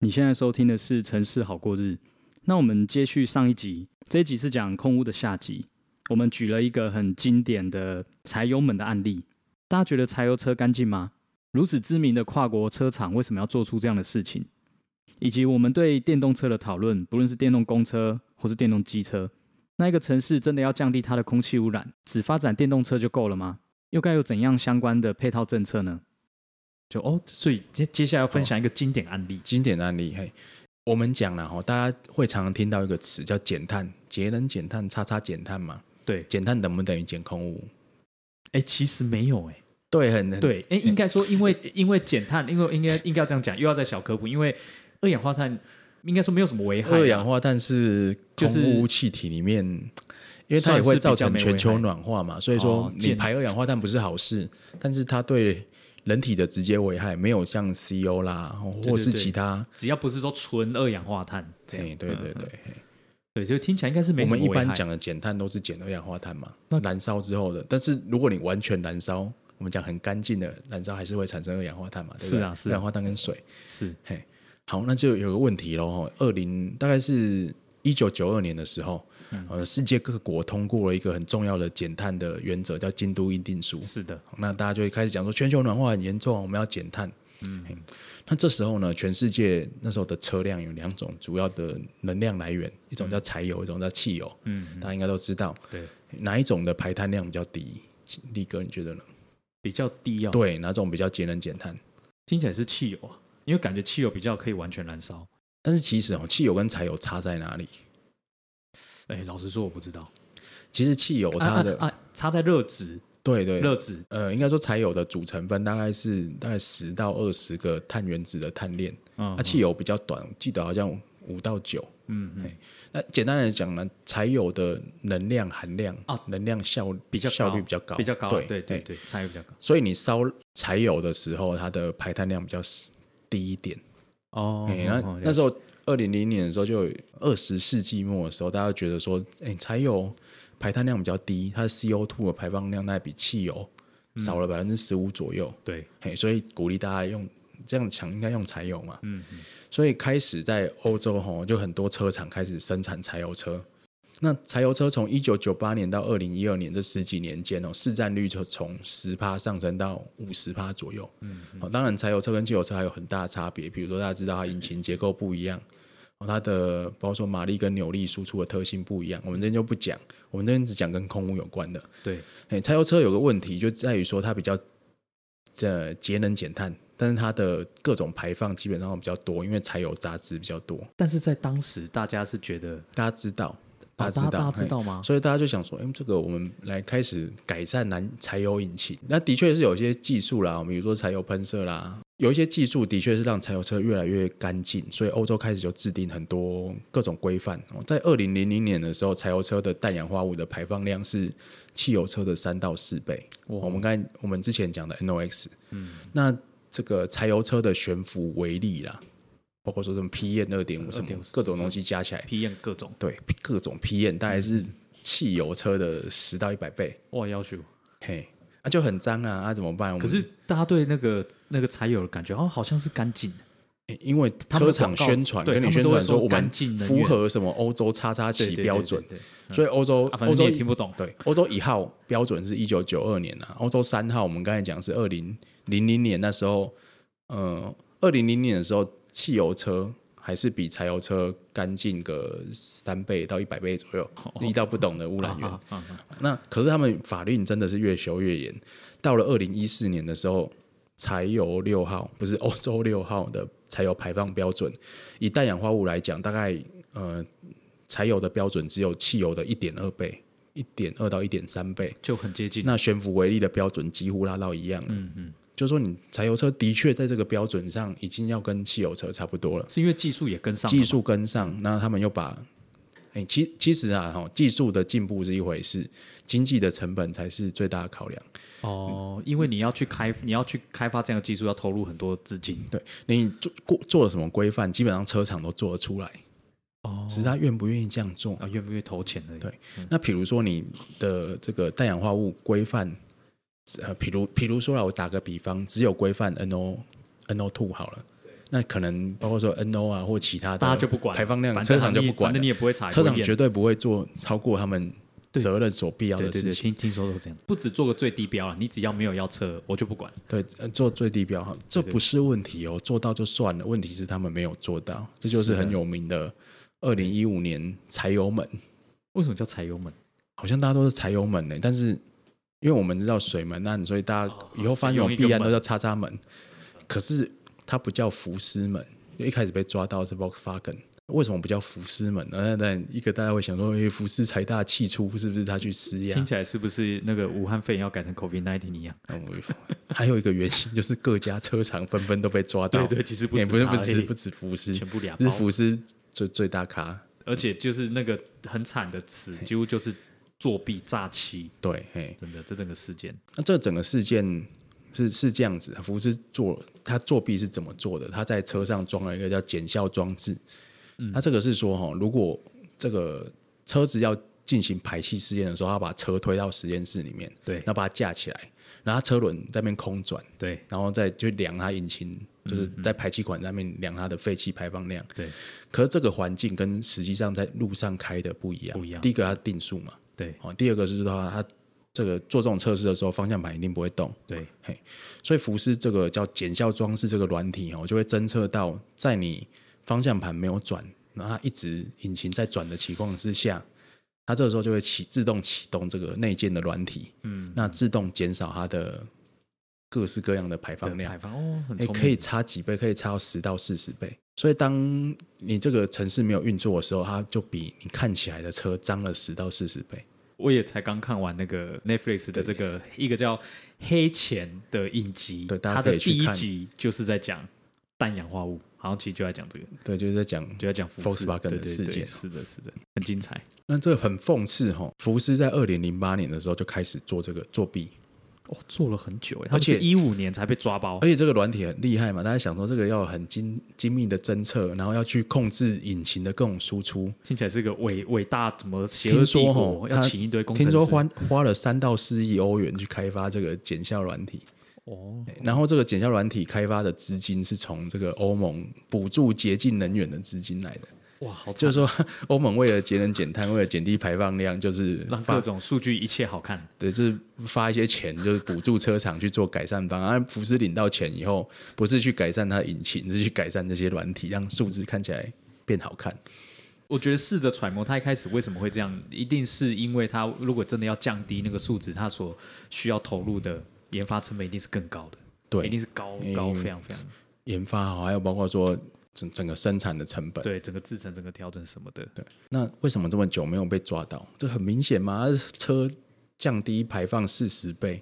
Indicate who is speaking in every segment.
Speaker 1: 你现在收听的是《城市好过日》。那我们接续上一集，这一集是讲空屋的下集。我们举了一个很经典的柴油门的案例。大家觉得柴油车干净吗？如此知名的跨国车厂为什么要做出这样的事情？以及我们对电动车的讨论，不论是电动公车或是电动机车，那一个城市真的要降低它的空气污染，只发展电动车就够了吗？又该有怎样相关的配套政策呢？
Speaker 2: 就哦，所以接接下来要分享一个经典案例，
Speaker 3: 经典案例，嘿，我们讲了哈，大家会常常听到一个词叫减碳，节能减碳，叉叉减碳嘛。
Speaker 2: 对
Speaker 3: 减碳等不等于减空污？
Speaker 2: 哎、其实没有哎、
Speaker 3: 对，很很
Speaker 2: 对，哎、应该
Speaker 3: 嗯
Speaker 2: 说因为因为减碳，因为应该应该要这样讲，又要在小科普，因为二氧化碳应该说没有什么危害啊，
Speaker 3: 二氧化碳是
Speaker 2: 就
Speaker 3: 空
Speaker 2: 是
Speaker 3: 污气体里面，因为它也
Speaker 2: 算
Speaker 3: 会
Speaker 2: 是比
Speaker 3: 造
Speaker 2: 较
Speaker 3: 成
Speaker 2: 没
Speaker 3: 全
Speaker 2: 危
Speaker 3: 球
Speaker 2: 害
Speaker 3: 暖化嘛，所以
Speaker 2: 哦
Speaker 3: 说你
Speaker 2: 减
Speaker 3: 排二氧化碳不是好事，但是它对人体的直接危害没有像 CO 啦，哦
Speaker 2: 对
Speaker 3: 或是
Speaker 2: 对
Speaker 3: 其他，
Speaker 2: 只要不是说纯二氧化碳这样，
Speaker 3: 嘿，对对
Speaker 2: 嗯
Speaker 3: 对，
Speaker 2: 对，所以听起来应该是没
Speaker 3: 我
Speaker 2: 什么
Speaker 3: 们一
Speaker 2: 危害
Speaker 3: 般讲的减碳都是减二氧化碳嘛，燃烧之后的。但是如果你完全燃烧，我们讲很干净的燃烧，还是会产生二氧化碳嘛？对不对
Speaker 2: 是啊是啊
Speaker 3: 二氧化碳跟水。
Speaker 2: 是
Speaker 3: 嘿，好，那就有个问题喽。二零大概是一九九二年的时候，
Speaker 2: 嗯
Speaker 3: 呃，世界各国通过了一个很重要的减碳的原则，叫《京都议定书》。
Speaker 2: 是的，
Speaker 3: 那大家就会开始讲说，全球暖化很严重，我们要减碳。嗯，那这时候呢，全世界那时候的车辆有两种主要的能量来源，一种叫柴油，一种叫汽油。
Speaker 2: 嗯，
Speaker 3: 大家应该都知道，
Speaker 2: 对，
Speaker 3: 哪一种的排碳量比较低？力哥，你觉得呢？
Speaker 2: 比较低哦，
Speaker 3: 对，哪种比较节能减碳？
Speaker 2: 听起来是汽油啊，因为感觉汽油比较可以完全燃烧。
Speaker 3: 但是其实哦，汽油跟柴油差在哪里？
Speaker 2: 哎、老实说我不知道，
Speaker 3: 其实汽油它的、
Speaker 2: 啊啊啊插在热值，
Speaker 3: 对对
Speaker 2: 热值
Speaker 3: 呃，应该说柴油的主成分大概是大概十到二十个碳原子的碳链，
Speaker 2: 嗯
Speaker 3: 那、啊汽油比较短，我记得好像五到九。
Speaker 2: 嗯嗯，
Speaker 3: 那简单来讲呢，柴油的能量含量
Speaker 2: 啊
Speaker 3: 能量效
Speaker 2: 比较高
Speaker 3: 效率比较高，
Speaker 2: 比较高啊，
Speaker 3: 对
Speaker 2: 对对
Speaker 3: 哎
Speaker 2: 对，差异比较高。
Speaker 3: 所以你烧柴油的时候，它的排碳量比较低一点。
Speaker 2: 哦，
Speaker 3: 哎、那、那时候二零零年的时候，就二十世纪末的时候，大家觉得说，哎、柴油排碳量比较低，它的 CO2 的排放量大概比汽油少
Speaker 2: 嗯
Speaker 3: 了百分之十五左右，
Speaker 2: 对，
Speaker 3: 嘿、所以鼓励大家用这样想应该用柴油嘛，
Speaker 2: 嗯嗯
Speaker 3: 所以开始在欧洲吼，就很多车厂开始生产柴油车。那柴油车从一九九八年到二零一二年这十几年间哦，市占率就从十趴上升到五十趴左右。嗯，好、当然柴油车跟汽油车还有很大的差别，比如说大家知道它引擎结构不一样，哦，它的包括说马力跟扭力输出的特性不一样，我们这边就不讲，我们这边只讲跟空污有关的。
Speaker 2: 对，
Speaker 3: 哎，柴油车有个问题就在于说它比较呃节能减碳，但是它的各种排放基本上比较多，因为柴油杂质比较多。
Speaker 2: 但是在当时大家是觉得，
Speaker 3: 大家知道，
Speaker 2: 哦大
Speaker 3: 知道，
Speaker 2: 大家知
Speaker 3: 嘿
Speaker 2: 道吗？
Speaker 3: 所以大家就想说，哎、这个我们来开始改善燃柴油引擎。那的确是有一些技术啦，比如说柴油喷射啦，有一些技术的确是让柴油车越来越干净。所以欧洲开始就制定很多各种规范。哦在二零零零年的时候，柴油车的氮氧化物的排放量是汽油车的三到四倍。
Speaker 2: 哇
Speaker 3: 我们刚才我们之前讲的 NOx，嗯，那这个柴油车的悬浮微粒啦，包括说什么 PM 二点五什么
Speaker 2: 2.5
Speaker 3: 各种东西加起来，
Speaker 2: 批验各种，
Speaker 3: 对各种批验，大概是
Speaker 2: 嗯
Speaker 3: 汽油车的十到一百倍，
Speaker 2: 哇，要求。
Speaker 3: 嘿，啊就很脏啊，啊怎么办？我们
Speaker 2: 可是大家对那个那个柴油的感觉，哦，好像是干净的，
Speaker 3: 欸因为
Speaker 2: 他们
Speaker 3: 车
Speaker 2: 的
Speaker 3: 厂
Speaker 2: 广告
Speaker 3: 宣传
Speaker 2: 对
Speaker 3: 跟你
Speaker 2: 他们
Speaker 3: 宣
Speaker 2: 都会
Speaker 3: 传说
Speaker 2: 说
Speaker 3: 我们
Speaker 2: 干净能
Speaker 3: 符
Speaker 2: 源
Speaker 3: 合什么欧洲叉叉
Speaker 2: 对
Speaker 3: 起标准，
Speaker 2: 对对对对
Speaker 3: 所以欧洲
Speaker 2: 啊反
Speaker 3: 欧
Speaker 2: 正你
Speaker 3: 洲
Speaker 2: 也听不懂。
Speaker 3: 对欧洲一号标准是一九九二年啊，欧洲三号我们刚才讲是二零零零年那时候，呃，二零零年的时候汽油车。还是比柴油车干净个三倍到一百倍左右，
Speaker 2: 哦
Speaker 3: 遇到不懂的污染源。嗯
Speaker 2: 啊啊啊
Speaker 3: 那可是他们法令真的是越修越严。到了二零一四年的时候，柴油六号不是欧洲六号的柴油排放标准，以氮氧化物来讲，大概呃柴油的标准只有汽油的一点二倍，一点二到一点三倍。
Speaker 2: 就很接近。
Speaker 3: 那悬浮微粒的标准几乎拉到一样了。嗯嗯，就说你柴油车的确在这个标准上已经要跟汽油车差不多了。
Speaker 2: 是因为技术也跟上了
Speaker 3: 技
Speaker 2: 嘛，
Speaker 3: 术跟上，那他们又把，哎、其其实啊，哈，技术的进步是一回事，经济的成本才是最大的考量。
Speaker 2: 哦，因为你要去开，你要去开发这样的技术，要投入很多资金。
Speaker 3: 对你做过做了什么规范，基本上车厂都做得出来，
Speaker 2: 哦，
Speaker 3: 只是他愿不愿意这样做。
Speaker 2: 啊，愿不愿意投钱而已。
Speaker 3: 对那比如说你的这个氮氧化物规范，呃，比如比如说啦，我打个比方，只有规范 NO NO two 好了，那可能包括说 NO 啊或其他的，
Speaker 2: 大家就不管了
Speaker 3: 排放量，
Speaker 2: 反
Speaker 3: 车
Speaker 2: 正
Speaker 3: 厂就
Speaker 2: 行业
Speaker 3: 不管
Speaker 2: 反
Speaker 3: 了
Speaker 2: 正你，也不会查，
Speaker 3: 车
Speaker 2: 也不
Speaker 3: 厂
Speaker 2: 会验
Speaker 3: 绝对不会做超过他们
Speaker 2: 对
Speaker 3: 责任所必要
Speaker 2: 对
Speaker 3: 的
Speaker 2: 对
Speaker 3: 事
Speaker 2: 对，
Speaker 3: 情。
Speaker 2: 听听说都这样，不只做个最低标啊，你只要没有要车，我就不管。
Speaker 3: 对，呃做最低标哈，这不是问题哦，做到就算了。问题是他们没有做到，这就是很有名的二零一五年柴油门，
Speaker 2: 为什么叫柴油门？
Speaker 3: 好像大家都是柴油门欸呢，但是因为我们知道水门案，所以大家以后发现
Speaker 2: 用
Speaker 3: 我
Speaker 2: 一
Speaker 3: 们
Speaker 2: 个
Speaker 3: 必然都
Speaker 2: 门
Speaker 3: 叫叉叉门，可是它不叫福斯门，就一开始被抓到是 Volkswagen。为什么不叫福斯门呢？那但一个大家会想说，诶、福斯财大气粗，是不是他去施压
Speaker 2: 听？起来是不是那个武汉肺炎要改成 COVID nineteen 一样？
Speaker 3: 嗯我 还有一个原因就是各家车厂纷纷都被抓到，
Speaker 2: 对对其实不
Speaker 3: 也
Speaker 2: 止
Speaker 3: 不是
Speaker 2: 他
Speaker 3: 不
Speaker 2: 而
Speaker 3: 止
Speaker 2: 已
Speaker 3: 不止福斯，
Speaker 2: 全部俩
Speaker 3: 是
Speaker 2: 包
Speaker 3: 福斯最最大咖，
Speaker 2: 而且就是那个很惨的词，几乎就是作弊诈欺，
Speaker 3: 对，嘿，
Speaker 2: 真的这整个事件。
Speaker 3: 那这整个事件是是这样子，福斯做他作弊是怎么做的？他在车上装了一个叫减效装置，
Speaker 2: 嗯
Speaker 3: 他这个是说哈，如果这个车子要进行排气试验的时候，他把车推到实验室里面，
Speaker 2: 对
Speaker 3: 然后把它架起来，然后他车轮在那边空转，
Speaker 2: 对
Speaker 3: 然后再就量它引擎，
Speaker 2: 嗯
Speaker 3: 就是在排气管上面量它的废气排放量。
Speaker 2: 对
Speaker 3: 可是这个环境跟实际上在路上开的不一样，
Speaker 2: 不一样
Speaker 3: 第一个它定速嘛，
Speaker 2: 对
Speaker 3: 哦，第二个是说它这个做这种测试的时候，方向盘一定不会动，
Speaker 2: 对，
Speaker 3: 嘿，所以福斯这个叫减效装饰这个软体哦，就会侦测到在你方向盘没有转，然后它一直引擎在转的情况之下，它这个时候就会启自动启动这个内建的软体，
Speaker 2: 嗯，
Speaker 3: 那自动减少它的各式各样的排放
Speaker 2: 对
Speaker 3: 量
Speaker 2: 排。放哦，很
Speaker 3: 哎，
Speaker 2: 聪明
Speaker 3: 可以差几倍，可以差到十到四十倍。所以，当你这个城市没有运作的时候，它就比你看起来的车脏了十到四十倍。
Speaker 2: 我也才刚看完那个 Netflix 的这个一个叫《黑钱》的影集，
Speaker 3: 对大家
Speaker 2: 它
Speaker 3: 可
Speaker 2: 的
Speaker 3: 以去
Speaker 2: 第一
Speaker 3: 看
Speaker 2: 集就是在讲氮氧化物，好像其实就在讲这个，
Speaker 3: 对，就是在讲。
Speaker 2: 就在讲福斯
Speaker 3: Volkswagen 的
Speaker 2: 对对对
Speaker 3: 事件
Speaker 2: 是的，是的，很精彩。
Speaker 3: 那这个很讽刺哈、福斯在二零零八年的时候就开始做这个作弊，
Speaker 2: 哦，做了很久哎，
Speaker 3: 而且
Speaker 2: 一五年才被抓包
Speaker 3: 而，且这个软体很厉害嘛，大家想说这个要很精精密的侦测，然后要去控制引擎的各种输出。
Speaker 2: 听起来是个伟伟大怎么邪恶
Speaker 3: 听
Speaker 2: 帝
Speaker 3: 说
Speaker 2: 国
Speaker 3: 哈，
Speaker 2: 要
Speaker 3: 他
Speaker 2: 请一堆工程
Speaker 3: 听
Speaker 2: 师，
Speaker 3: 说花花了三到四亿欧元去开发这个减效软体。
Speaker 2: 哦，
Speaker 3: 然后这个减效软体开发的资金是从这个欧盟补助洁净能源的资金来的，
Speaker 2: 哇，好
Speaker 3: 就
Speaker 2: 就是
Speaker 3: 说欧盟为了节能减碳，为了减低排放量，就是
Speaker 2: 让各
Speaker 3: 发
Speaker 2: 种数据一切好看，
Speaker 3: 对，就是发一些钱，就是补助车厂去做改善方案。啊福斯领到钱以后，不是去改善它的引擎，是去改善这些软体，让数字看起来变好看。
Speaker 2: 我觉得试着揣摩他一开始为什么会这样，一定是因为他如果真的要降低那个数值，他所需要投入的研发成本一定是更高的，
Speaker 3: 对
Speaker 2: 一定是高高非常非常
Speaker 3: 研发好，还有包括说整整个生产的成本。
Speaker 2: 对整个制成、整个调整什么的，
Speaker 3: 对，那为什么这么久没有被抓到？这很明显嘛，它车降低排放四十倍，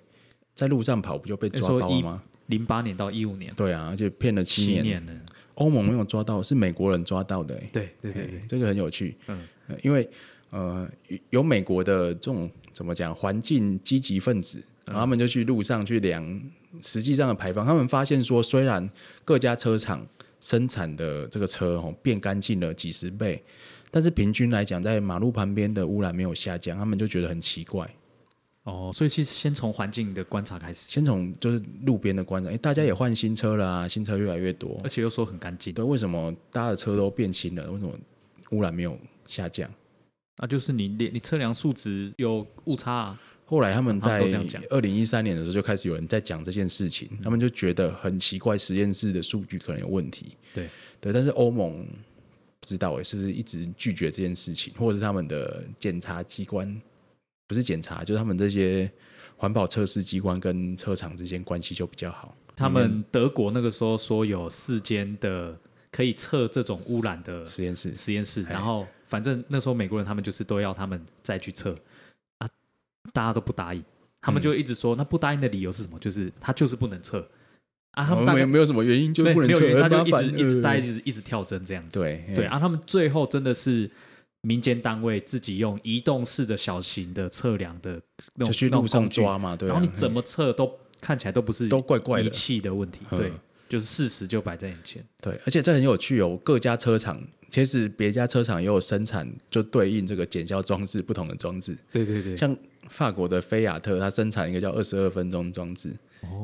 Speaker 3: 在路上跑不就被
Speaker 2: 你
Speaker 3: 抓
Speaker 2: 说
Speaker 3: 到了
Speaker 2: 一
Speaker 3: 吗？
Speaker 2: 零八年到一五年
Speaker 3: 对啊，而且骗了七
Speaker 2: 七
Speaker 3: 年，
Speaker 2: 年了，
Speaker 3: 欧盟没有抓到，是美国人抓到的、欸。
Speaker 2: 对对对
Speaker 3: 欸
Speaker 2: 对，
Speaker 3: 这个很有趣。
Speaker 2: 嗯
Speaker 3: 呃，因为呃，有有美国的这种怎么讲环境积极分子，然后他们就去路上去量实际上的排放，他们发现说，虽然各家车厂生产的这个车哦变干净了几十倍，但是平均来讲，在马路旁边的污染没有下降，他们就觉得很奇怪。
Speaker 2: 哦，所以其实先从环境的观察开始，
Speaker 3: 先从就是路边的观察，哎、大家也换新车了啊，新车越来越多
Speaker 2: 而，且又说很干净，
Speaker 3: 对，为什么大家的车都变新了，为什么污染没有下降？
Speaker 2: 那啊就是你你你测量数值有误差啊，
Speaker 3: 后来他们
Speaker 2: 他们
Speaker 3: 在
Speaker 2: 都这样讲嗯
Speaker 3: 二零一三年的时候就开始有人在讲这件事情，他们就觉得很奇怪，实验室的数据可能有问题。
Speaker 2: 对
Speaker 3: 对，但是欧盟不知道诶、是不是一直拒绝这件事情，或者是他们的检察机关不是检察，就是他们这些环保测试机关跟车厂之间关系就比较好。
Speaker 2: 他们德国那个时候说有四间的可以测这种污染的
Speaker 3: 实验室
Speaker 2: 实验室，然后反正那时候美国人他们就是都要他们再去测啊，大家都不答应，
Speaker 3: 嗯
Speaker 2: 他们就一直说、那不答应的理由是什么？就是他就是不能测啊，他
Speaker 3: 我
Speaker 2: 们
Speaker 3: 们
Speaker 2: 大
Speaker 3: 哦没
Speaker 2: 概
Speaker 3: 有没有什么原因就
Speaker 2: 对
Speaker 3: 不能
Speaker 2: 没有
Speaker 3: 做，
Speaker 2: 原因，他
Speaker 3: 很
Speaker 2: 就一
Speaker 3: 麻烦
Speaker 2: 直一直
Speaker 3: 呃
Speaker 2: 待一直一直跳针这样子，
Speaker 3: 对
Speaker 2: 对
Speaker 3: 嗯
Speaker 2: 啊，他们最后真的是。民间单位自己用移动式的小型的测量的那种
Speaker 3: 就去
Speaker 2: 那种
Speaker 3: 路上
Speaker 2: 工具
Speaker 3: 抓嘛，对、啊。
Speaker 2: 然后你怎么测都看起来都不是
Speaker 3: 都怪怪的
Speaker 2: 仪器的问题，
Speaker 3: 嗯
Speaker 2: 对，就是事实就摆在眼前。
Speaker 3: 对，而且这很有趣哦。各家车厂其实别家车厂也有生产，就对应这个减效装置不同的装置。
Speaker 2: 对对对
Speaker 3: 像法国的菲亚特，它生产一个叫二十二分钟装置，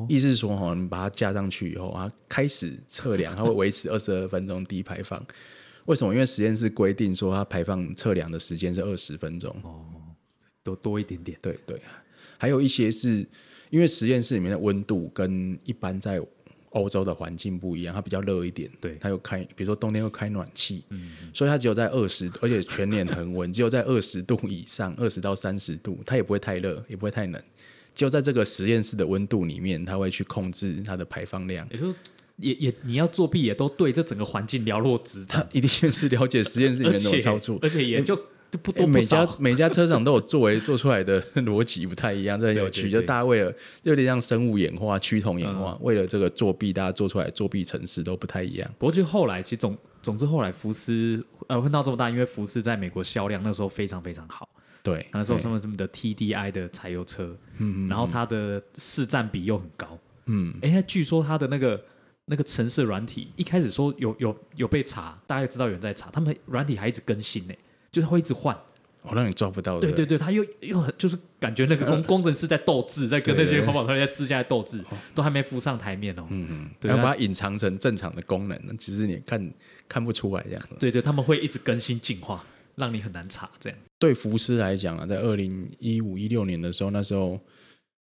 Speaker 3: 意思是说哈，你把它加上去以后啊，它开始测量，它会维持二十二分钟低排放。为什么？因为实验室规定说它排放测量的时间是二十分钟。
Speaker 2: 多多一点点。
Speaker 3: 对对啊，还有一些是因为实验室里面的温度跟一般在欧洲的环境不一样，它比较热一点，
Speaker 2: 对嗯
Speaker 3: 它有开，比如说冬天会开暖气，所以它只有在二十，而且全年恒温，只有在二十度以上，二十到三十度，它也不会太热，也不会太冷。就在这个实验室的温度里面，它会去控制它的排放 量。
Speaker 2: 也就也也你要作弊也都对这整个环境了若指掌
Speaker 3: 它，一定是了解实验室里
Speaker 2: 而
Speaker 3: 面怎么
Speaker 2: 且
Speaker 3: 操作，
Speaker 2: 而且也就就不
Speaker 3: 欸
Speaker 2: 多不
Speaker 3: 每家
Speaker 2: 少。
Speaker 3: 每家车厂都有作为做出来的 逻辑不太一样，这很有
Speaker 2: 对
Speaker 3: 趣。
Speaker 2: 对对嗯
Speaker 3: 就大家为了有点像生物演化、趋同演化，为了这个作弊，大家做出来作弊程式都不太一样。
Speaker 2: 不过就后来，其实总总之后来福斯呃混到这么大，因为福斯在美国销量那时候非常非常好，
Speaker 3: 对，
Speaker 2: 那时候
Speaker 3: 对
Speaker 2: 他们他们的 TDI 的柴油车，嗯，然后它的市占比又很高，嗯，哎，那据说它的那个那个城市软体一开始说有有有被查，大家也知道有人在查，他们软体还一直更新呢、就是会一直换，
Speaker 3: 我让你抓不到的。
Speaker 2: 对呃对对，他又又很就是感觉那个工工程师在斗智，在跟那
Speaker 3: 对
Speaker 2: 些
Speaker 3: 对
Speaker 2: 环保团体在私下在斗智，都还没浮上台面哦。哦嗯嗯，对
Speaker 3: 要把
Speaker 2: 他
Speaker 3: 它隐藏成正常的功能，其实你看看不出来这样子。
Speaker 2: 对对，他们会一直更新进化，让你很难查这样。
Speaker 3: 对福斯来讲啊，在二零一五一六年的时候，那时候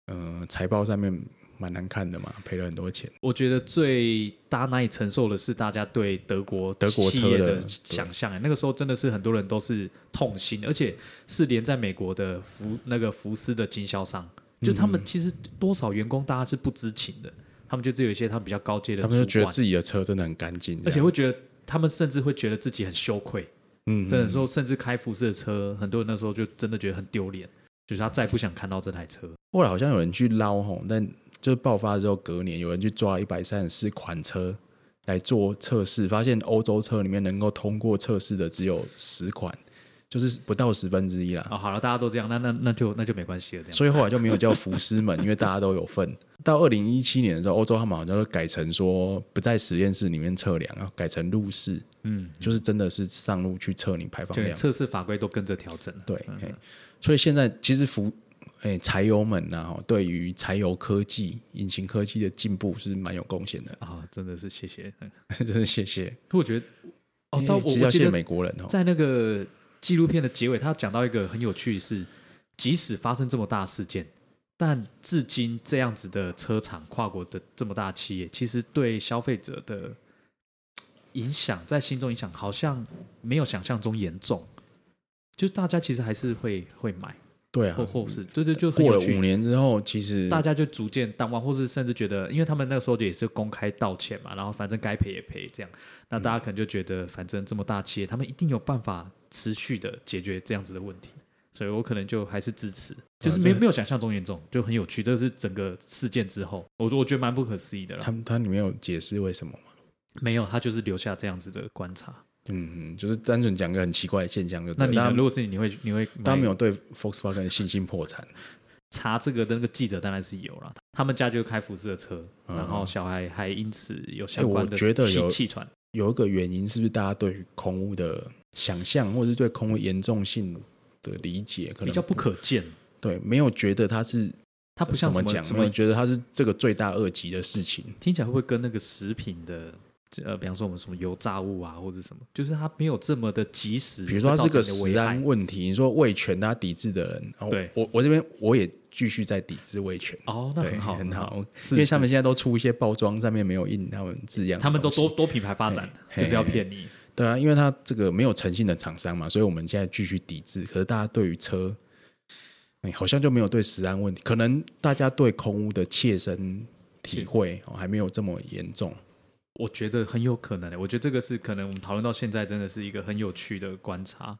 Speaker 3: 嗯、呃财报上面蛮难看的嘛，赔了很多钱。
Speaker 2: 我觉得最大家难以承受的是大家对德国
Speaker 3: 德国
Speaker 2: 企
Speaker 3: 车
Speaker 2: 业
Speaker 3: 的
Speaker 2: 的
Speaker 3: 对
Speaker 2: 想象、哎那个时候真的是很多人都是痛心，而且是连在美国的福那个福斯的经销商，就他
Speaker 3: 嗯
Speaker 2: 们其实多少员工大家是不知情的，他们就只有一些他们比较高阶的
Speaker 3: 他
Speaker 2: 主
Speaker 3: 们
Speaker 2: 管，
Speaker 3: 就觉得自己的车真的很干净，
Speaker 2: 而且
Speaker 3: 会
Speaker 2: 会觉得他们甚至会觉得自己很羞愧。
Speaker 3: 嗯
Speaker 2: 真的时候，甚至开福斯的车，很多人那时候就真的觉得很丢脸，就是他再也不想看到这台车。
Speaker 3: 后来好像有人去捞吼，但就是爆发之后，隔年有人去抓一百三十四款车来做测试，发现欧洲车里面能够通过测试的只有十款，就是不到十分之一啦。
Speaker 2: 啊，好了，大家都这样，那那那就那就没关系了，这样。
Speaker 3: 所以后来就没有叫福斯门，因为大家都有份。到二零一七年的时候，欧洲他们好像就改成说不在实验室里面测量，然后改成路试，
Speaker 2: 嗯，
Speaker 3: 就是真的是上路去测你排放
Speaker 2: 就连
Speaker 3: 量。
Speaker 2: 测试法规都跟着调整了。
Speaker 3: 对，嘿所以现在其实福哎、柴油们呐、啊，吼对于柴油科技、引擎科技的进步是蛮有贡献的，
Speaker 2: 啊，真的是谢谢。嗯
Speaker 3: 真是谢谢。
Speaker 2: 可我觉得，哦，
Speaker 3: 哎
Speaker 2: 到
Speaker 3: 其
Speaker 2: 我
Speaker 3: 实
Speaker 2: 我
Speaker 3: 要
Speaker 2: 记
Speaker 3: 谢谢
Speaker 2: 得
Speaker 3: 美国人哦，
Speaker 2: 在那个纪录片的结尾，他讲到一个很有趣的是，即使发生这么大事件，但至今这样子的车厂跨国的这么大企业，其实对消费者的嘖影响，在心中影响好像没有想象中严重。就大家其实还是会会买，
Speaker 3: 对啊
Speaker 2: 或，或是对对，就很
Speaker 3: 过了
Speaker 2: 有趣
Speaker 3: 五年之后，其实
Speaker 2: 大家就逐渐淡忘，或是甚至觉得，因为他们那个时候也是公开道歉嘛，然后反正该赔也赔这样，那大家可能就觉得，反正这么大企业，他们一定有办法持续的解决这样子的问题，所以我可能就还是支持，就是没、
Speaker 3: 对
Speaker 2: 没有想象中严重，就很有趣，这是整个事件之后，我我觉得蛮不可思议的
Speaker 3: 他
Speaker 2: 啦。
Speaker 3: 们他里面有解释为什么嘛？
Speaker 2: 没有，他就是留下这样子的观察。
Speaker 3: 嗯，嗯，就是单纯讲个很奇怪的现象就对
Speaker 2: 那
Speaker 3: 了，
Speaker 2: 你
Speaker 3: 大
Speaker 2: 呢
Speaker 3: 家
Speaker 2: 如果是你，你会你会
Speaker 3: 大家
Speaker 2: 买
Speaker 3: 没有对 Volkswagen 的信心破产，
Speaker 2: 查这个的那个记者当然是有了，他们家就开福斯的车，然后小孩还因此有相
Speaker 3: 哎我
Speaker 2: 关的
Speaker 3: 觉得
Speaker 2: 气
Speaker 3: 有
Speaker 2: 气喘。
Speaker 3: 有一个原因是不是大家对于空污的想象，或者是对空污严重性的理解，可能
Speaker 2: 比较不可见，
Speaker 3: 对，没有觉得它是
Speaker 2: 它不像
Speaker 3: 怎
Speaker 2: 什
Speaker 3: 么讲，
Speaker 2: 什
Speaker 3: 没有
Speaker 2: 么，
Speaker 3: 觉得它是这个罪大恶极的事情。
Speaker 2: 听起来会不会跟那个食品的呃，比方说我们什么油炸物啊，或者什么，就是它没有这么的及时，
Speaker 3: 比如说它这个食
Speaker 2: 危害
Speaker 3: 安问题，你说味全大家抵制的人，哦
Speaker 2: 对
Speaker 3: 我我这边我也继续在抵制味全。
Speaker 2: 哦，那
Speaker 3: 对
Speaker 2: 很好
Speaker 3: 很好，
Speaker 2: 是
Speaker 3: 因为他们现在都出一些包装上面没有印他们字样的东西，
Speaker 2: 他们都多多品牌发展，
Speaker 3: 嘿
Speaker 2: 就是要骗你，
Speaker 3: 对啊，因为它这个没有诚信的厂商嘛，所以我们现在继续抵制。可是大家对于车，哎，好像就没有对食安问题，可能大家对空污的切身体会哦，还没有这么严重。
Speaker 2: 我觉得很有可能的。欸我觉得这个是可能我们讨论到现在，真的是一个很有趣的观察。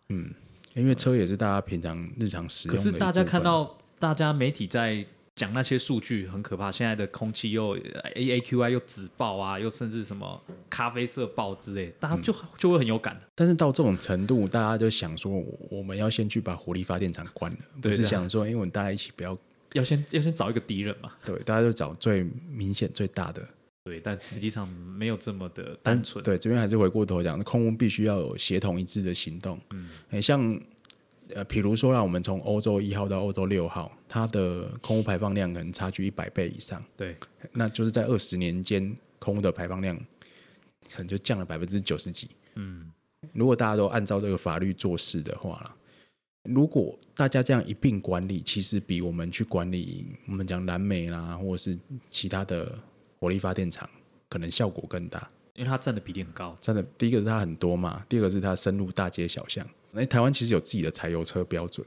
Speaker 3: 因为车也是大家平常日常使用
Speaker 2: 可
Speaker 3: 的一
Speaker 2: 是
Speaker 3: 部分，啊
Speaker 2: 大家看到大家媒体在讲那些数据很可怕，现在的空气又 A A Q I 又紫爆啊，又甚至什么咖啡色爆之类，大
Speaker 3: 嗯
Speaker 2: 家就、就会很有感。
Speaker 3: 但是到这种程度，大家就想说，我们要先去把火力发电厂关了，不
Speaker 2: 对
Speaker 3: 是
Speaker 2: 的
Speaker 3: 想说，因为我们大家一起不要
Speaker 2: 要先要先找一个敌人嘛。
Speaker 3: 对，大家就找最明显最大的。
Speaker 2: 对，但实际上没有这么的单纯。
Speaker 3: 对，这边还是回过头讲，空污必须要有协同一致的行动。嗯，像呃，比如说啦，我们从欧洲一号到欧洲六号，它的空污排放量可能差距一百倍以上，
Speaker 2: 对，
Speaker 3: 那就是在二十年间，空污的排放量可能就降了百分之九十几。
Speaker 2: 嗯，
Speaker 3: 如果大家都按照这个法律做事的话啦，如果大家这样一并管理，其实比我们去管理我们讲燃煤啦，或者是其他的火力发电厂，可能效果更大。
Speaker 2: 因为它占的比例很高，
Speaker 3: 真的，第一个是它很多嘛，第二个是它深入大街小巷。那、台湾其实有自己的柴油车标准。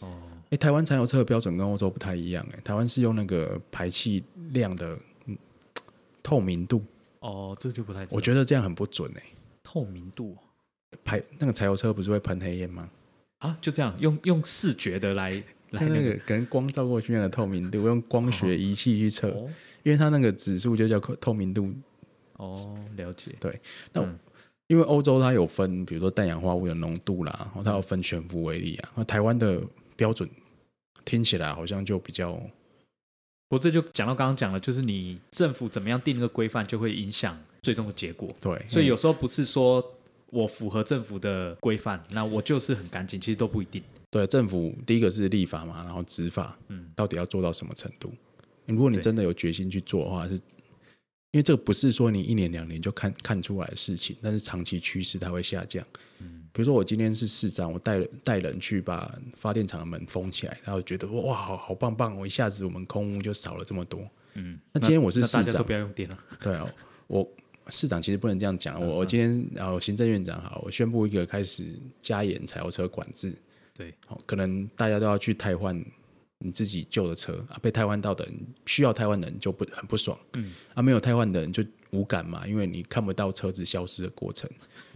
Speaker 3: 哦，哎、台湾柴油车的标准跟欧洲不太一样、哎，台湾是用那个排气量的、嗯透明度，
Speaker 2: 哦，这就不太知道，
Speaker 3: 我觉得这样很不准哎、
Speaker 2: 透明度
Speaker 3: 排那个柴油车不是会喷黑烟吗？
Speaker 2: 啊，就这样用用视觉的来来
Speaker 3: 它
Speaker 2: 那
Speaker 3: 那
Speaker 2: 个
Speaker 3: 个可能光照过去那个透明度，用光学仪器去测，
Speaker 2: 哦
Speaker 3: 因为它那个指数就叫透明度。
Speaker 2: 哦，了解，嗯
Speaker 3: 因为欧洲它有分，比如说氮氧化物的浓度啦，然哦后它有分悬浮微粒啊。那台湾的标准听起来好像就比较
Speaker 2: 我这就讲到刚刚讲了，就是你政府怎么样定那个规范，就会影响最终的结果。
Speaker 3: 对，
Speaker 2: 所以
Speaker 3: 有
Speaker 2: 有时候不是说我符合政府的规范，那我就是很干净，其实都不一定。
Speaker 3: 对政府第一个是立法嘛，然后执法，
Speaker 2: 嗯，
Speaker 3: 到底要做到什么程度？如果你
Speaker 2: 对
Speaker 3: 真的有决心去做的话，是因为这个不是说你一年两年就看看出来的事情，但是长期趋势它会下降。
Speaker 2: 嗯
Speaker 3: 比如说我今天是市长，我带人带人去把发电厂的门封起来，然后觉得哇，好好棒棒，我一下子我们空污就少了这么多。
Speaker 2: 嗯，
Speaker 3: 那今天我是
Speaker 2: 那大
Speaker 3: 市
Speaker 2: 家都
Speaker 3: 长
Speaker 2: 不要用电了。
Speaker 3: 对啊，我市长其实不能这样讲。我我今天然后行政院长好，我宣布一个开始加严柴油车管制。
Speaker 2: 对，
Speaker 3: 好，可能大家都要去汰换你自己旧的车啊，被汰换到的人需要汰换的人就不很不爽，嗯，啊，没有汰换的人就无感嘛，因为你看不到车子消失的过程，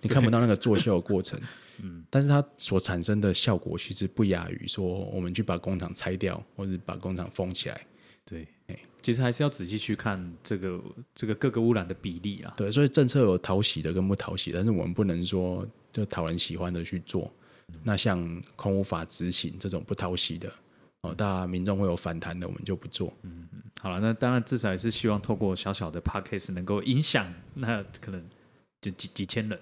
Speaker 3: 你看不到那个作秀的过程， 嗯，但是它所产生的效果其实不亚于说我们去把工厂拆掉，或者把工厂封起来，
Speaker 2: 对，哎其实还是要仔细去看这个这个各个污染的比例啊啦。
Speaker 3: 对，所以政策有讨喜的跟不讨喜的，但是我们不能说就讨人喜欢的去做。那像空无法执行这种不讨喜的，哦，大家民众会有反弹的，我们就 不做。
Speaker 2: 好了，那当然至少也是希望透过小小的 podcast 能够影响那可能就几几千人。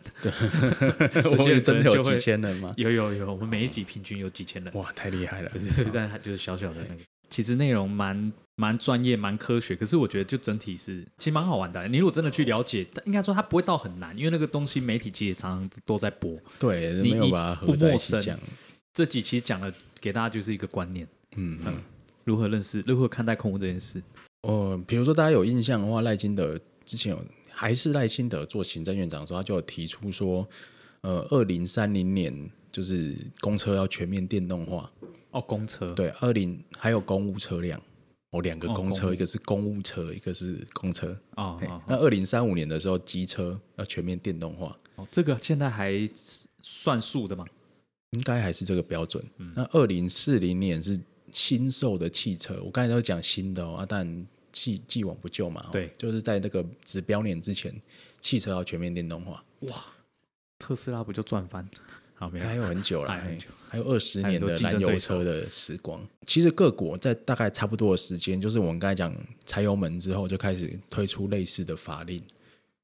Speaker 2: 些
Speaker 3: 我们
Speaker 2: 人
Speaker 3: 真的
Speaker 2: 可能
Speaker 3: 有
Speaker 2: 就会
Speaker 3: 几千人吗？
Speaker 2: 有有有，我们每一集平均有几千人。
Speaker 3: 哇，太厉害了！
Speaker 2: 啊对，但它就是小小的那个。其实内容蛮蛮专业、蛮科学，可是我觉得就整体是其实蛮好玩的。啊你如果真的去了解，但应该说它不会到很难，因为那个东西媒体其实也常常都在播。
Speaker 3: 对，
Speaker 2: 你
Speaker 3: 没有
Speaker 2: 你
Speaker 3: 把它
Speaker 2: 不
Speaker 3: 合在一
Speaker 2: 陌
Speaker 3: 起
Speaker 2: 生
Speaker 3: 讲。
Speaker 2: 这集其实讲了给大家就是一个观念，
Speaker 3: 嗯，嗯
Speaker 2: 如何认识、如何看待空屋这件事。
Speaker 3: 哦，比如说大家有印象的话，赖清德之前有还是赖清德做行政院长的时候，他就有提出说，呃，二零三零年就是公车要全面电动化。
Speaker 2: 哦，公车，
Speaker 3: 对，二零还有公务车辆，哦，两个
Speaker 2: 哦
Speaker 3: 公车，
Speaker 2: 公务
Speaker 3: 一个是公务车，一个是公车。
Speaker 2: 哦
Speaker 3: 嘿
Speaker 2: 哦
Speaker 3: 那二零三五年的时候，机车要全面电动化，
Speaker 2: 哦，这个现在还算数的嘛？
Speaker 3: 应该还是这个标准。
Speaker 2: 嗯
Speaker 3: 那二零四零年是新售的汽车，我刚才都讲新的哦，啊，但既既往不咎嘛、哦
Speaker 2: 对
Speaker 3: 就是在那个指标年之前，汽车要全面电动化，
Speaker 2: 特斯拉不就赚翻？好，没有
Speaker 3: 还有很久了，
Speaker 2: 还有很
Speaker 3: 嘿
Speaker 2: 久
Speaker 3: 还有二十
Speaker 2: 还有
Speaker 3: 年
Speaker 2: 很多
Speaker 3: 的
Speaker 2: 竞
Speaker 3: 燃
Speaker 2: 争
Speaker 3: 油
Speaker 2: 对手
Speaker 3: 车的时光。其实各国在大概差不多的时间，就是我们刚才讲柴油门之后，就开始推出类似的法令。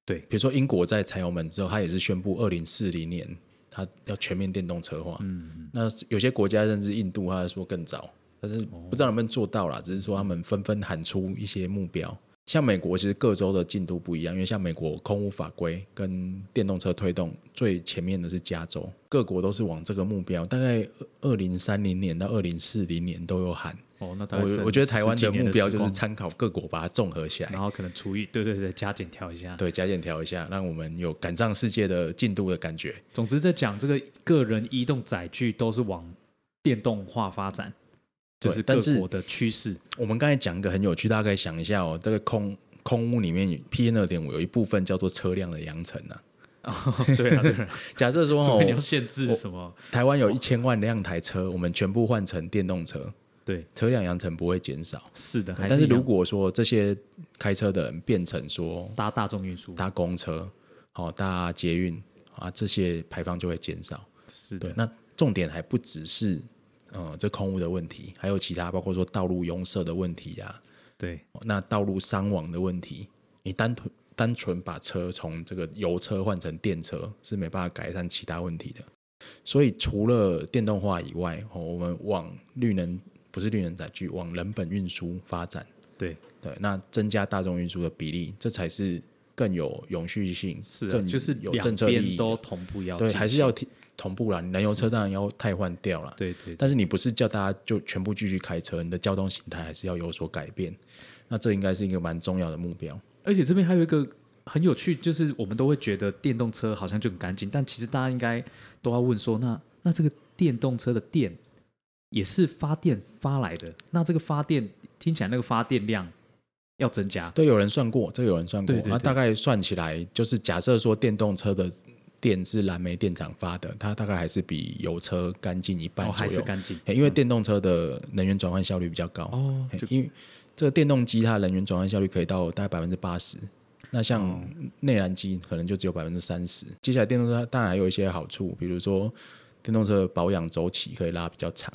Speaker 2: 对
Speaker 3: 比如说英国在柴油门之后，它也是宣布二零四零年它要全面电动车化。嗯，那有些国家甚至印度，它说更早，但是
Speaker 2: 哦
Speaker 3: 不知道能不能做到啦，只是说他们纷纷喊出一些目标。像美国，其实各州的进度不一样，因为像美国空污法规跟电动车推动最前面的是加州，各国都是往这个目标，大概二零三零年到二零四零年都有喊。
Speaker 2: 哦，那大概
Speaker 3: 我
Speaker 2: 剩
Speaker 3: 我觉得台湾
Speaker 2: 十几
Speaker 3: 的
Speaker 2: 年
Speaker 3: 目
Speaker 2: 的
Speaker 3: 标
Speaker 2: 时
Speaker 3: 就是
Speaker 2: 光
Speaker 3: 参考各国把它综合起来
Speaker 2: 然，后可能除以对对对加减调一下，
Speaker 3: 对，加减调一下，让我们有赶上世界的进度的感觉。
Speaker 2: 总之，在讲这个个人移动载具都是往电动化发展，就
Speaker 3: 对
Speaker 2: 是各
Speaker 3: 但是
Speaker 2: 国的趋 势。
Speaker 3: 我们刚才讲一个很有趣，大家可以想一下哦，这个空空污里面 P N 二点五有一部分叫做车辆的扬尘啊。
Speaker 2: 哦，对啊，对啊，
Speaker 3: 假 设说
Speaker 2: 除
Speaker 3: 哦
Speaker 2: 非你，要限制什么？
Speaker 3: 台湾有一千万辆台车，我们全部换成电动车，
Speaker 2: 对，
Speaker 3: 车辆扬尘不会减少。
Speaker 2: 是的，还
Speaker 3: 但是
Speaker 2: 是
Speaker 3: 如
Speaker 2: 一样
Speaker 3: 果说这些开车的人变成说
Speaker 2: 搭大众运输，
Speaker 3: 搭公车、哦搭捷运啊，这些排放就会减少。
Speaker 2: 是
Speaker 3: 对
Speaker 2: 的，，
Speaker 3: 那重点还不只是呃这空污的问题，还有其他包括说道路拥塞的问题呀、
Speaker 2: 对，
Speaker 3: 哦那道路伤亡的问题，你单纯单纯把车从这个油车换成电车是没办法改善其他问题的。所以除了电动化以外，哦，我们往绿能不是绿能载具，往人本运输发展。
Speaker 1: 对
Speaker 3: 对，那增加大众运输的比例，这才是更有永续性，
Speaker 2: 是啊
Speaker 3: 更
Speaker 2: 就是
Speaker 3: 有
Speaker 2: 两
Speaker 3: 政策利
Speaker 2: 边
Speaker 3: 益
Speaker 2: 都同步要
Speaker 3: 对，
Speaker 2: 进
Speaker 3: 还是
Speaker 2: 行
Speaker 3: 要提同步啦。你燃油车当然要汰换掉啦，
Speaker 2: 对对
Speaker 3: 但是你不是叫大家就全部继续开车，你的交通形态还是要有所改变。那这应该是一个蛮重要的目标。
Speaker 2: 而且这边还有一个很有趣，就是我们都会觉得电动车好像就很干净，但其实大家应该都要问说，那那这个电动车的电也是发电发来的，那这个发电听起来那个发电量要增加，
Speaker 3: 对，有人算过，这个有人算过，
Speaker 2: 对对
Speaker 3: 那
Speaker 2: 对
Speaker 3: 大概算起来，就是假设说电动车的电是燃煤电厂发的，它大概还是比油车干净一半
Speaker 2: 哦，
Speaker 3: 左
Speaker 2: 还
Speaker 3: 右。
Speaker 2: 是干净
Speaker 3: 嘿因为电动车的能源转换效率比较高，
Speaker 2: 哦
Speaker 3: 嘿因为这个电动机它的能源转换效率可以到大概百分之八十，那像内燃机可能就只有百分之三十。接下来电动车当然还有一些好处，比如说电动车的保养周期可以拉比较长，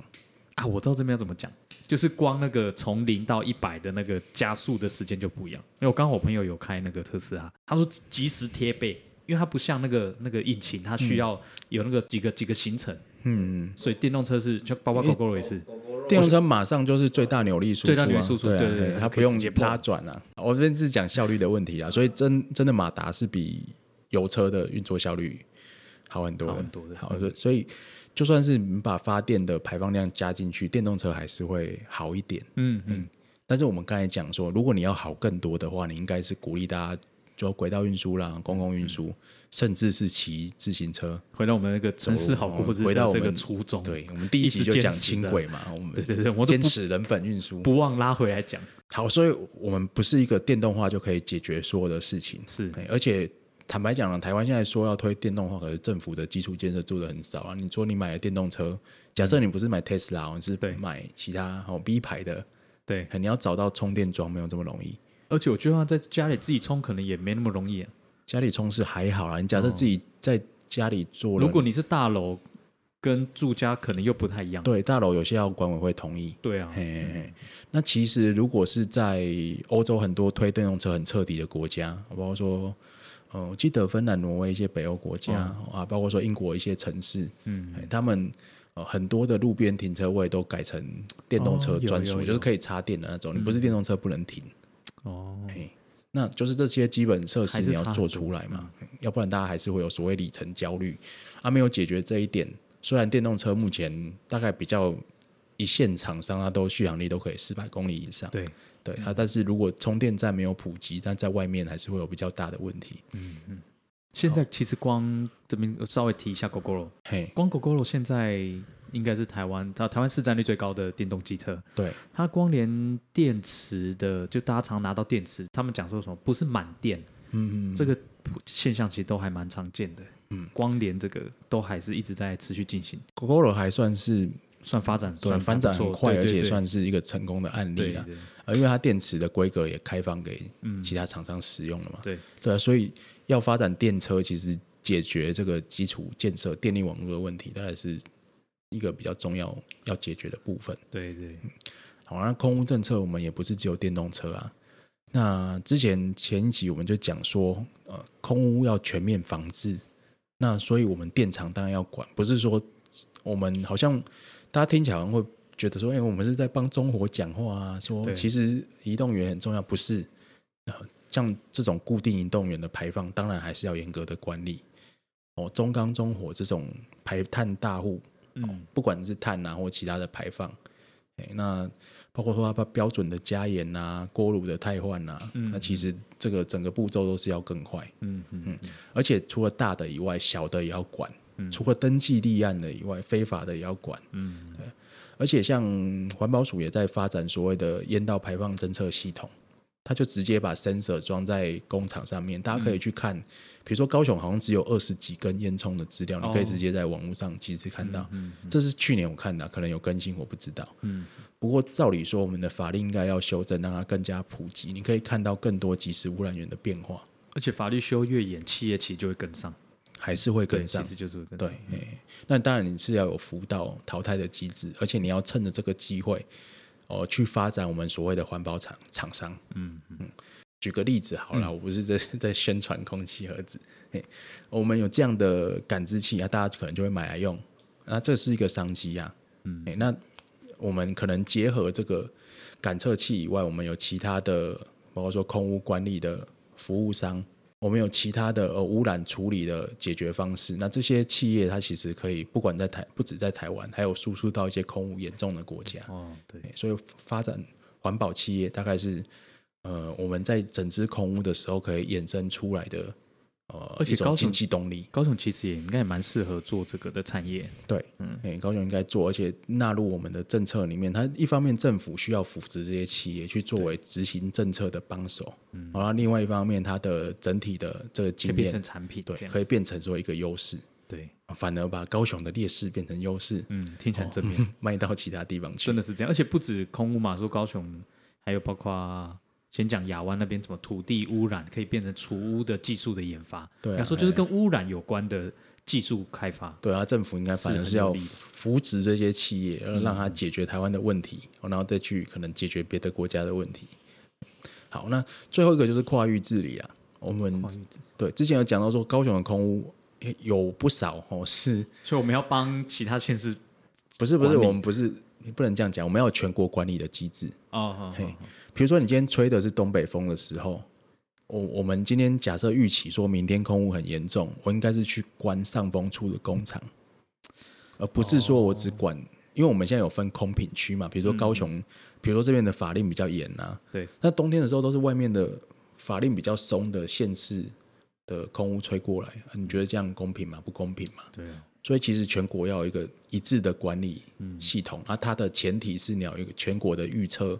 Speaker 2: 啊！我知道这边要怎么讲，就是光那个从零到一百的那个加速的时间就不一样，因为我刚好我朋友有开那个特斯拉，他说即时贴背。因为它不像那个那个引擎，它需要有那个几个几个行程，
Speaker 3: 嗯，
Speaker 2: 所以电动车是就包括狗狗也是，
Speaker 3: 电动车马上就是最大扭力输出啊、
Speaker 2: 最大扭力输出
Speaker 3: 对啊
Speaker 2: 对对对
Speaker 3: 嘿
Speaker 2: 它
Speaker 3: 它
Speaker 2: 可
Speaker 3: 不
Speaker 2: 以
Speaker 3: 用
Speaker 2: 直接碰
Speaker 3: 拉转啊。我这边是讲效率的问题啊，所以真真的马达是比油车的运作效率好很多的，
Speaker 2: 好很多的嗯
Speaker 3: 好，所以所以就算是你把发电的排放量加进去，电动车还是会好一点。
Speaker 2: 嗯嗯，
Speaker 3: 但是我们刚才讲说，如果你要好更多的话，你应该是鼓励大家做轨道运输啦、公共运输，
Speaker 2: 嗯
Speaker 3: 甚至是骑自行车。
Speaker 2: 回到我们那个城市好过日子
Speaker 3: 回
Speaker 2: 的
Speaker 3: 到我
Speaker 2: 这
Speaker 3: 们
Speaker 2: 个初衷，
Speaker 3: 对，我们第一集
Speaker 2: 哦一直
Speaker 3: 就
Speaker 2: 坚持
Speaker 3: 讲
Speaker 2: 的
Speaker 3: 轻轨嘛，我们
Speaker 2: 对对对我都不
Speaker 3: 坚持人本运输。
Speaker 2: 不忘拉回来讲，
Speaker 3: 好，所以我们不是一个电动化就可以解决所有的事情。
Speaker 2: 是
Speaker 3: 哎而且坦白讲呢，啊台湾现在说要推电动化，可是政府的基础建设做的很少啊。你说你买了电动车，假设你不是买 Tesla，哦你是
Speaker 2: 嗯对
Speaker 3: 买其他哦 B 牌的，
Speaker 2: 对，
Speaker 3: 哎你要找到充电桩没有这么容易。
Speaker 2: 而且我觉得在家里自己充可能也没那么容易啊、
Speaker 3: 家里充是还好啦，你假设自己在家里做了，
Speaker 2: 哦如果你是大楼跟住家可能又不太一样，
Speaker 3: 对大楼有些要管委会同意，
Speaker 2: 对啊，
Speaker 3: 嘿嘿嘿，那其实如果是在欧洲很多推电动车很彻底的国家，包括说，呃，我记得芬兰、挪威一些北欧国家、
Speaker 2: 嗯
Speaker 3: 啊，包括说英国一些城市，嗯，他们呃很多的路边停车位都改成电动车
Speaker 2: 哦有
Speaker 3: 专属，
Speaker 2: 有有嗯
Speaker 3: 就是可以插电的那种，你不是电动车不能停。
Speaker 2: 哦，
Speaker 3: 嘿那就是这些基本设施
Speaker 2: 还是
Speaker 3: 你要
Speaker 2: 差很嗯
Speaker 3: 做出来嘛，要不然大家还是会有所谓里程焦虑。啊，没有解决这一点，虽然电动车目前大概比较一线厂商啊，都续航力都可以四百公里以上，
Speaker 2: 对，
Speaker 3: 对啊，但是如果充电站没有普及，但在外面还是会有比较大的问题。
Speaker 2: 现在其实光这边稍微提一下狗狗肉，
Speaker 3: 嘿，
Speaker 2: 光狗狗肉现在应该是台湾它台湾市占率最高的电动机车，
Speaker 3: 对，
Speaker 2: 它光连电池的，就大家常拿到电池，他们讲说什么不是满电，
Speaker 3: 嗯，
Speaker 2: 这个普现象其实都还蛮常见的。嗯，光连这个都还是一直在持续进行，
Speaker 3: g o g o 还算是
Speaker 2: 算发展，
Speaker 3: 对
Speaker 2: 算
Speaker 3: 发展
Speaker 2: 还不
Speaker 3: 很
Speaker 2: 错
Speaker 3: 快，
Speaker 2: 对
Speaker 3: 而
Speaker 2: 对
Speaker 3: 且
Speaker 2: 对
Speaker 3: 算是一个成功的案
Speaker 2: 对
Speaker 3: 例啦。
Speaker 2: 对
Speaker 3: 呃，因为它电池的规格也开放给其他厂商使用了嘛。
Speaker 2: 嗯对
Speaker 3: 对啊，所以要发展电车，其实解决这个基础建设电力网络的问题，大概是一个比较重要要解决的部分。
Speaker 2: 对对，
Speaker 3: 好，那空污政策我们也不是只有电动车啊。那之前前一集我们就讲说，呃，空污要全面防治，那所以我们电厂当然要管，不是说我们好像大家听起来好像会觉得说，哎、我们是在帮中国讲话啊，说
Speaker 2: 对
Speaker 3: 其实移动源很重要，不是？呃像这种固定移动源的排放，当然还是要严格的管理。哦，中钢、中火这种排碳大户，
Speaker 2: 嗯，
Speaker 3: 不管是碳啊或其他的排放，哎，那包括说它标准的加盐啊、锅炉的汰换啊，那其实这个整个步骤都是要更快，
Speaker 2: 嗯嗯，
Speaker 3: 而且除了大的以外，小的也要管，除了登记立案的以外，非法的也要管，嗯，而且像环保署也在发展所谓的烟道排放侦测系统。它就直接把 sensor 装在工厂上面，大家可以去看，比如说高雄好像只有二十几根烟囱的资料，你可
Speaker 2: 嗯
Speaker 3: 以
Speaker 2: 哦嗯
Speaker 3: 直接在网络上及时看到。这是去年我看的啊，可能有更新，我不知道。不过照理说，我们的法令应该要修正，让它更加普及。你可以看到更多即时污染源的变化，
Speaker 2: 而且法律修越严，企业其实就会跟上，
Speaker 3: 还是会
Speaker 2: 对，
Speaker 3: 跟
Speaker 2: 其
Speaker 3: 上。
Speaker 2: 实就是会跟
Speaker 3: 对
Speaker 2: 上，，
Speaker 3: 嘿那当然你是要有辅导淘汰的机制，而且你要趁着这个机会，哦、去发展我们所谓的环保厂厂商。嗯嗯，举个例子好了，我不是在 在宣传空气盒子，嘿，我们有这样的感知器啊，大家可能就会买来用，那这是一个商机啊，嗯，那我们可能结合这个感测器以外，我们有其他的，包括说空污管理的服务商，我们有其他的呃污染处理的解决方式。那这些企业它其实可以，不管在台，不止在台湾，还有输出到一些空污严重的国家。
Speaker 2: 哦，对，
Speaker 3: 对所以发展环保企业大概是呃我们在整治空污的时候可以衍生出来的呃
Speaker 2: 而且
Speaker 3: 一种
Speaker 2: 高
Speaker 3: 经
Speaker 2: 雄
Speaker 3: 济动力。
Speaker 2: 高雄其实也应该也蛮适合做这个的产业，
Speaker 3: 对，嗯，哎，高雄应该做，而且纳入我们的政策里面。它一方面政府需要扶持这些企业去作为执行政策的帮手，嗯，然后另外一方面它的整体的这个
Speaker 2: 可以
Speaker 3: 经
Speaker 2: 变成
Speaker 3: 验，
Speaker 2: 产品，
Speaker 3: 对
Speaker 2: 这，样
Speaker 3: 可以
Speaker 2: 子
Speaker 3: 变成说一个优势，
Speaker 2: 对，
Speaker 3: 反而把高雄的劣势变成优势，哦
Speaker 2: 嗯，听起来很正面，
Speaker 3: 卖到其他地方 去
Speaker 2: 真。的是这样，而且不止空屋嘛，说高雄，还有包括先讲亚湾那边怎么土地污染可以变成除污的技术的研发，
Speaker 3: 对啊
Speaker 2: 应该说就是跟污染有关的技术开发，
Speaker 3: 对啊，政府应该反而是要
Speaker 2: 是很有嗯利的
Speaker 3: 扶持这些企业，然后让它解决台湾的问题，哦然后再去可能解决别的国家的问题。好，那最后一个就是跨域治理啊。我们对之前有讲到说，高雄的空屋诶有不少哦，是
Speaker 2: 所以我们要帮其他县市
Speaker 3: 不是不是
Speaker 2: 管理
Speaker 3: 我们不是你不能这样讲，我们要有全国管理的机制。
Speaker 2: 哦，
Speaker 3: 嘿，比如说你今天吹的是东北风的时候，我我们今天假设预期说明天空污很严重，我应该是去关上风处的工厂，而不是说我只管，因为我们现在有分空品区嘛，比如说高雄，比如说这边的法令比较严啊，
Speaker 2: 对，
Speaker 3: 那冬天的时候都是外面的法令比较松的县市的空污吹过来，啊你觉得这样公平吗？不公平嘛？
Speaker 2: 对啊，
Speaker 3: 所以其实全国要有一个一致的管理系统，
Speaker 2: 嗯
Speaker 3: 啊，它的前提是你要有一个全国的预测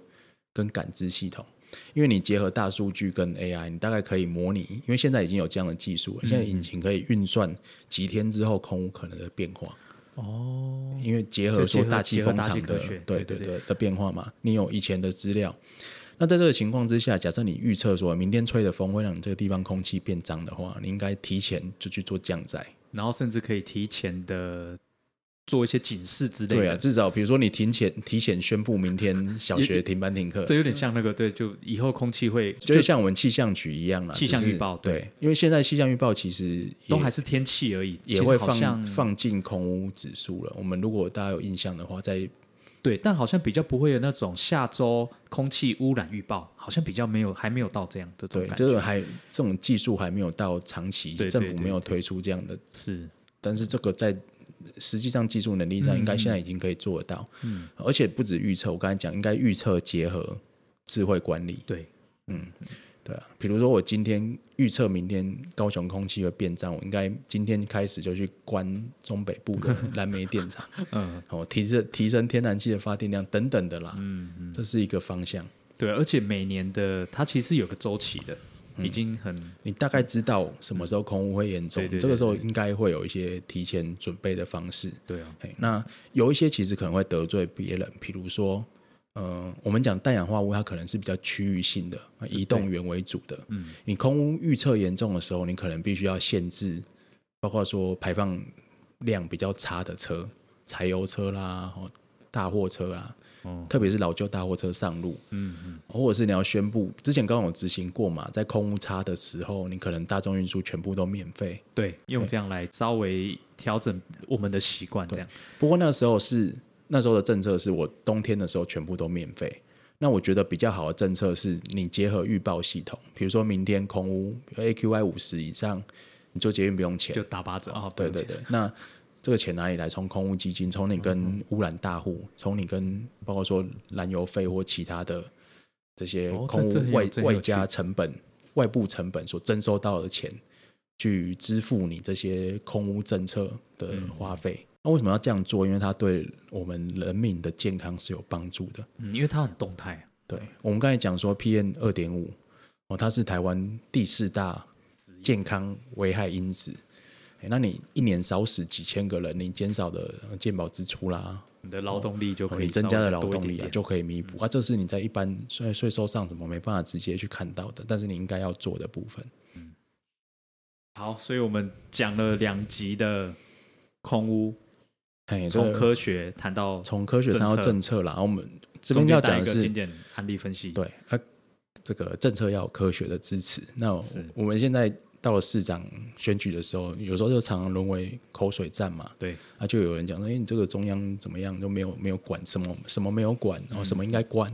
Speaker 3: 跟感知系统，因为你结合大数据跟 AI，你大概可以模拟，因为现在已经有这样的技术了，
Speaker 2: 嗯
Speaker 3: 现在引擎可以运算几天之后空污可能的变化。
Speaker 2: 哦，
Speaker 3: 因为结合
Speaker 2: 就结
Speaker 3: 说
Speaker 2: 合
Speaker 3: 大气
Speaker 2: 结合
Speaker 3: 风
Speaker 2: 大
Speaker 3: 场
Speaker 2: 气
Speaker 3: 的
Speaker 2: 科学，
Speaker 3: 对
Speaker 2: 对
Speaker 3: 对
Speaker 2: 对
Speaker 3: 对的变化嘛，你有以前的资料。那在这个情况之下，假设你预测说明天吹的风会让你这个地方空气变脏的话，你应该提前就去做降载。
Speaker 2: 然后甚至可以提前的做一些警示之类
Speaker 3: 对啊，
Speaker 2: 的，
Speaker 3: 至少比如说你提前提前宣布明天小学
Speaker 2: 也
Speaker 3: 停班停课，
Speaker 2: 这有点像那个对，就以后空气会
Speaker 3: 就像我们气象局一样啦。
Speaker 2: 气象
Speaker 3: 只是
Speaker 2: 预报对
Speaker 3: 对，因为现在气象预报其实
Speaker 2: 都
Speaker 3: 也
Speaker 2: 还是天气而已，其
Speaker 3: 也
Speaker 2: 实
Speaker 3: 会
Speaker 2: 好
Speaker 3: 放
Speaker 2: 像
Speaker 3: 放进空屋指数了。我们如果大家有印象的话，在
Speaker 2: 对，但好像比较不会有那种下周空气污染预报，好像比较没有，还没有到这样这种
Speaker 3: 对
Speaker 2: 感
Speaker 3: 这种
Speaker 2: 觉。
Speaker 3: 还这种技术还没有到长期，
Speaker 2: 对对
Speaker 3: 政府
Speaker 2: 对
Speaker 3: 没有推出这样的，
Speaker 2: 是，
Speaker 3: 但是这个在。实际上，技术能力上应该现在已经可以做得到，嗯，而且不止预测，我刚才讲应该预测结合智慧管理，
Speaker 2: 对，
Speaker 3: 对啊，比如说我今天预测明天高雄空气会变脏，我应该今天开始就去关中北部 的燃煤电厂，
Speaker 2: 嗯，
Speaker 3: 哦，提升提升天然气的发电量等等的啦，嗯嗯，这是一个方向。
Speaker 2: 对，而且每年的它其实有个周期的，
Speaker 3: 嗯
Speaker 2: 已经很
Speaker 3: 你大概知道什么时候空污会严重，
Speaker 2: 对对对
Speaker 3: 这个时候应该会有一些提前准备的方式。
Speaker 2: 对啊，
Speaker 3: 嘿那有一些其实可能会得罪别人，比如说，呃，我们讲氮氧化物，它可能是比较区域性的、呃移动源为主的。嗯，你空污预测严重的时候，你可能必须要限制，包括说排放量比较差的车，柴油车啦，哦、大货车啦。特别是老旧大货车上路，哦嗯嗯，或者是你要宣布，之前刚好有执行过嘛，在空污差的时候，你可能大众运输全部都免费，
Speaker 2: 对，用这样来稍微调整我们的习惯，这样
Speaker 3: 不过那时候是那时候的政策是我冬天的时候全部都免费。那我觉得比较好的政策是你结合预报系统，比如说明天空屋 AQI 五十以上，你做捷运不用钱
Speaker 2: 就。打八折啊，不
Speaker 3: 哦对
Speaker 2: 用
Speaker 3: 对
Speaker 2: 钱
Speaker 3: 对，那这个钱哪里来？从空屋基金，从你跟污染大户，从你跟包括说燃油费或其他的这些
Speaker 2: 哦
Speaker 3: 空
Speaker 2: 这这很
Speaker 3: 屋
Speaker 2: 有
Speaker 3: 外、
Speaker 2: 这很有
Speaker 3: 外
Speaker 2: 趣
Speaker 3: 加成本、外部成本所征收到的钱，去支付你这些空屋政策的
Speaker 2: 嗯
Speaker 3: 花费。那为什么要这样做？因为它对我们人民的健康是有帮助的。
Speaker 2: 嗯，因为它很动态，
Speaker 3: 对我们刚才讲说 PM 二点五，哦，它是台湾第四大健康危害因子。诶那你一年少死几千个人，你减少的呃健保支出啦，
Speaker 2: 你的劳动力就
Speaker 3: 哦
Speaker 2: 可以
Speaker 3: 你增加的劳
Speaker 2: 稍微多
Speaker 3: 动
Speaker 2: 一点
Speaker 3: 力啊，
Speaker 2: 点
Speaker 3: 就可以弥补啊。这是你在一般税税收上什么没办法直接去看到的，但是你应该要做的部分。
Speaker 2: 好，所以我们讲了两集的空屋，
Speaker 3: 哎，这
Speaker 2: 从
Speaker 3: 个
Speaker 2: 科学谈到
Speaker 3: 从科学谈到
Speaker 2: 政策
Speaker 3: 政策啦，然后我们这
Speaker 2: 中
Speaker 3: 边
Speaker 2: 间
Speaker 3: 要
Speaker 2: 带
Speaker 3: 讲
Speaker 2: 一
Speaker 3: 的
Speaker 2: 个
Speaker 3: 是
Speaker 2: 经典案例分析，
Speaker 3: 对，呃，这个政策要有科学的支持。那我
Speaker 2: 是
Speaker 3: 我们现在到了市长选举的时候，有时候就常常沦为口水战嘛。
Speaker 2: 对，
Speaker 3: 啊，就有人讲说，哎、你这个中央怎么样都没有没有管什么什么没有管，然后什么应该管，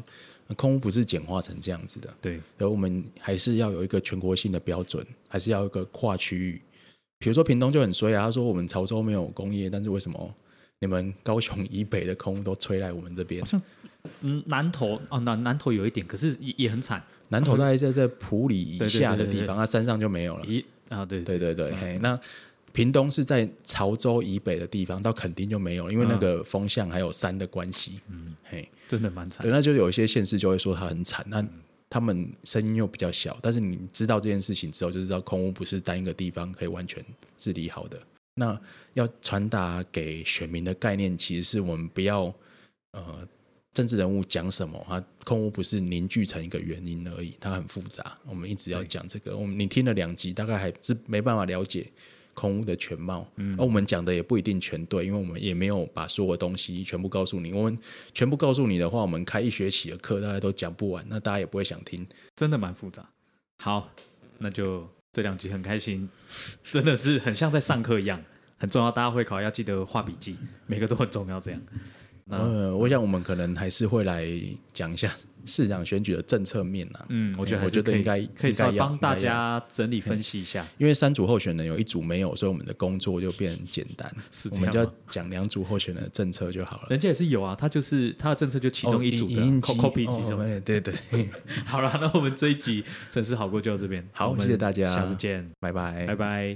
Speaker 3: 空屋不是简化成这样子的，
Speaker 2: 对，
Speaker 3: 所以我们还是要有一个全国性的标准，还是要有一个跨区域。比如说屏东就很衰啊，他说我们潮州没有工业，但是为什么你们高雄以北的空都吹来我们这边？
Speaker 2: 嗯，南投啊，南南投有一点，可是也也很惨，
Speaker 3: 南投大概在在埔里以
Speaker 2: 对对
Speaker 3: 下的
Speaker 2: 对对
Speaker 3: 地
Speaker 2: 嗯对
Speaker 3: 方，啊，山上就没有了。
Speaker 2: 一啊，对
Speaker 3: 对对对，嘿，那屏东是在潮州以北的地方，到垦丁就没有了，因为
Speaker 2: 嗯
Speaker 3: 那个风向还有山的关系。嗯，嘿，
Speaker 2: 真的蛮惨
Speaker 3: 对，，那就有一些县市就会说它很惨，那他们声音又比较小，但是你知道这件事情之后，就知道空屋不是单一个地方可以完全治理好的。那要传达给选民的概念，其实是我们不要呃政治人物讲什么，他空屋不是凝聚成一个原因而已，它很复杂。我们一直要讲这个，我们你听了两集，大概还是没办法了解空屋的全貌。嗯，而我们讲的也不一定全对，因为我们也没有把所有东西全部告诉你。我们全部告诉你的话，我们开一学期的课大家都讲不完，那大家也不会想听。
Speaker 2: 真的蛮复杂。好，那就这两集很开心， 真的是很像在上课一样，很重要。大家会考要记得画笔记，每个都很重要。这样，那
Speaker 3: 呃，我想我们可能还是会来讲一下市长选举的政策面啊。
Speaker 2: 嗯，我觉得
Speaker 3: 哎
Speaker 2: 还
Speaker 3: 我
Speaker 2: 是
Speaker 3: 觉
Speaker 2: 可
Speaker 3: 得
Speaker 2: 以
Speaker 3: 应该
Speaker 2: 可以稍微
Speaker 3: 应该要
Speaker 2: 帮大
Speaker 3: 应该要
Speaker 2: 家整理分析一下。
Speaker 3: 因为三组候选人有一组没有，所以我们的工作就变简单，
Speaker 2: 是
Speaker 3: 我
Speaker 2: 这样
Speaker 3: 们
Speaker 2: 吗
Speaker 3: 就要讲两组候选人的政策就好了。
Speaker 2: 人家也是有啊，他就是他的政策就其中一组的
Speaker 3: 哦已经
Speaker 2: c o p y 其
Speaker 3: 哦
Speaker 2: 中。
Speaker 3: 哎对对，对
Speaker 2: 好了，那我们这一集《城市好过》就到这边。
Speaker 3: 好
Speaker 2: 我们
Speaker 3: 谢谢大家哎
Speaker 2: 下次见，
Speaker 3: 拜拜，
Speaker 2: 拜拜。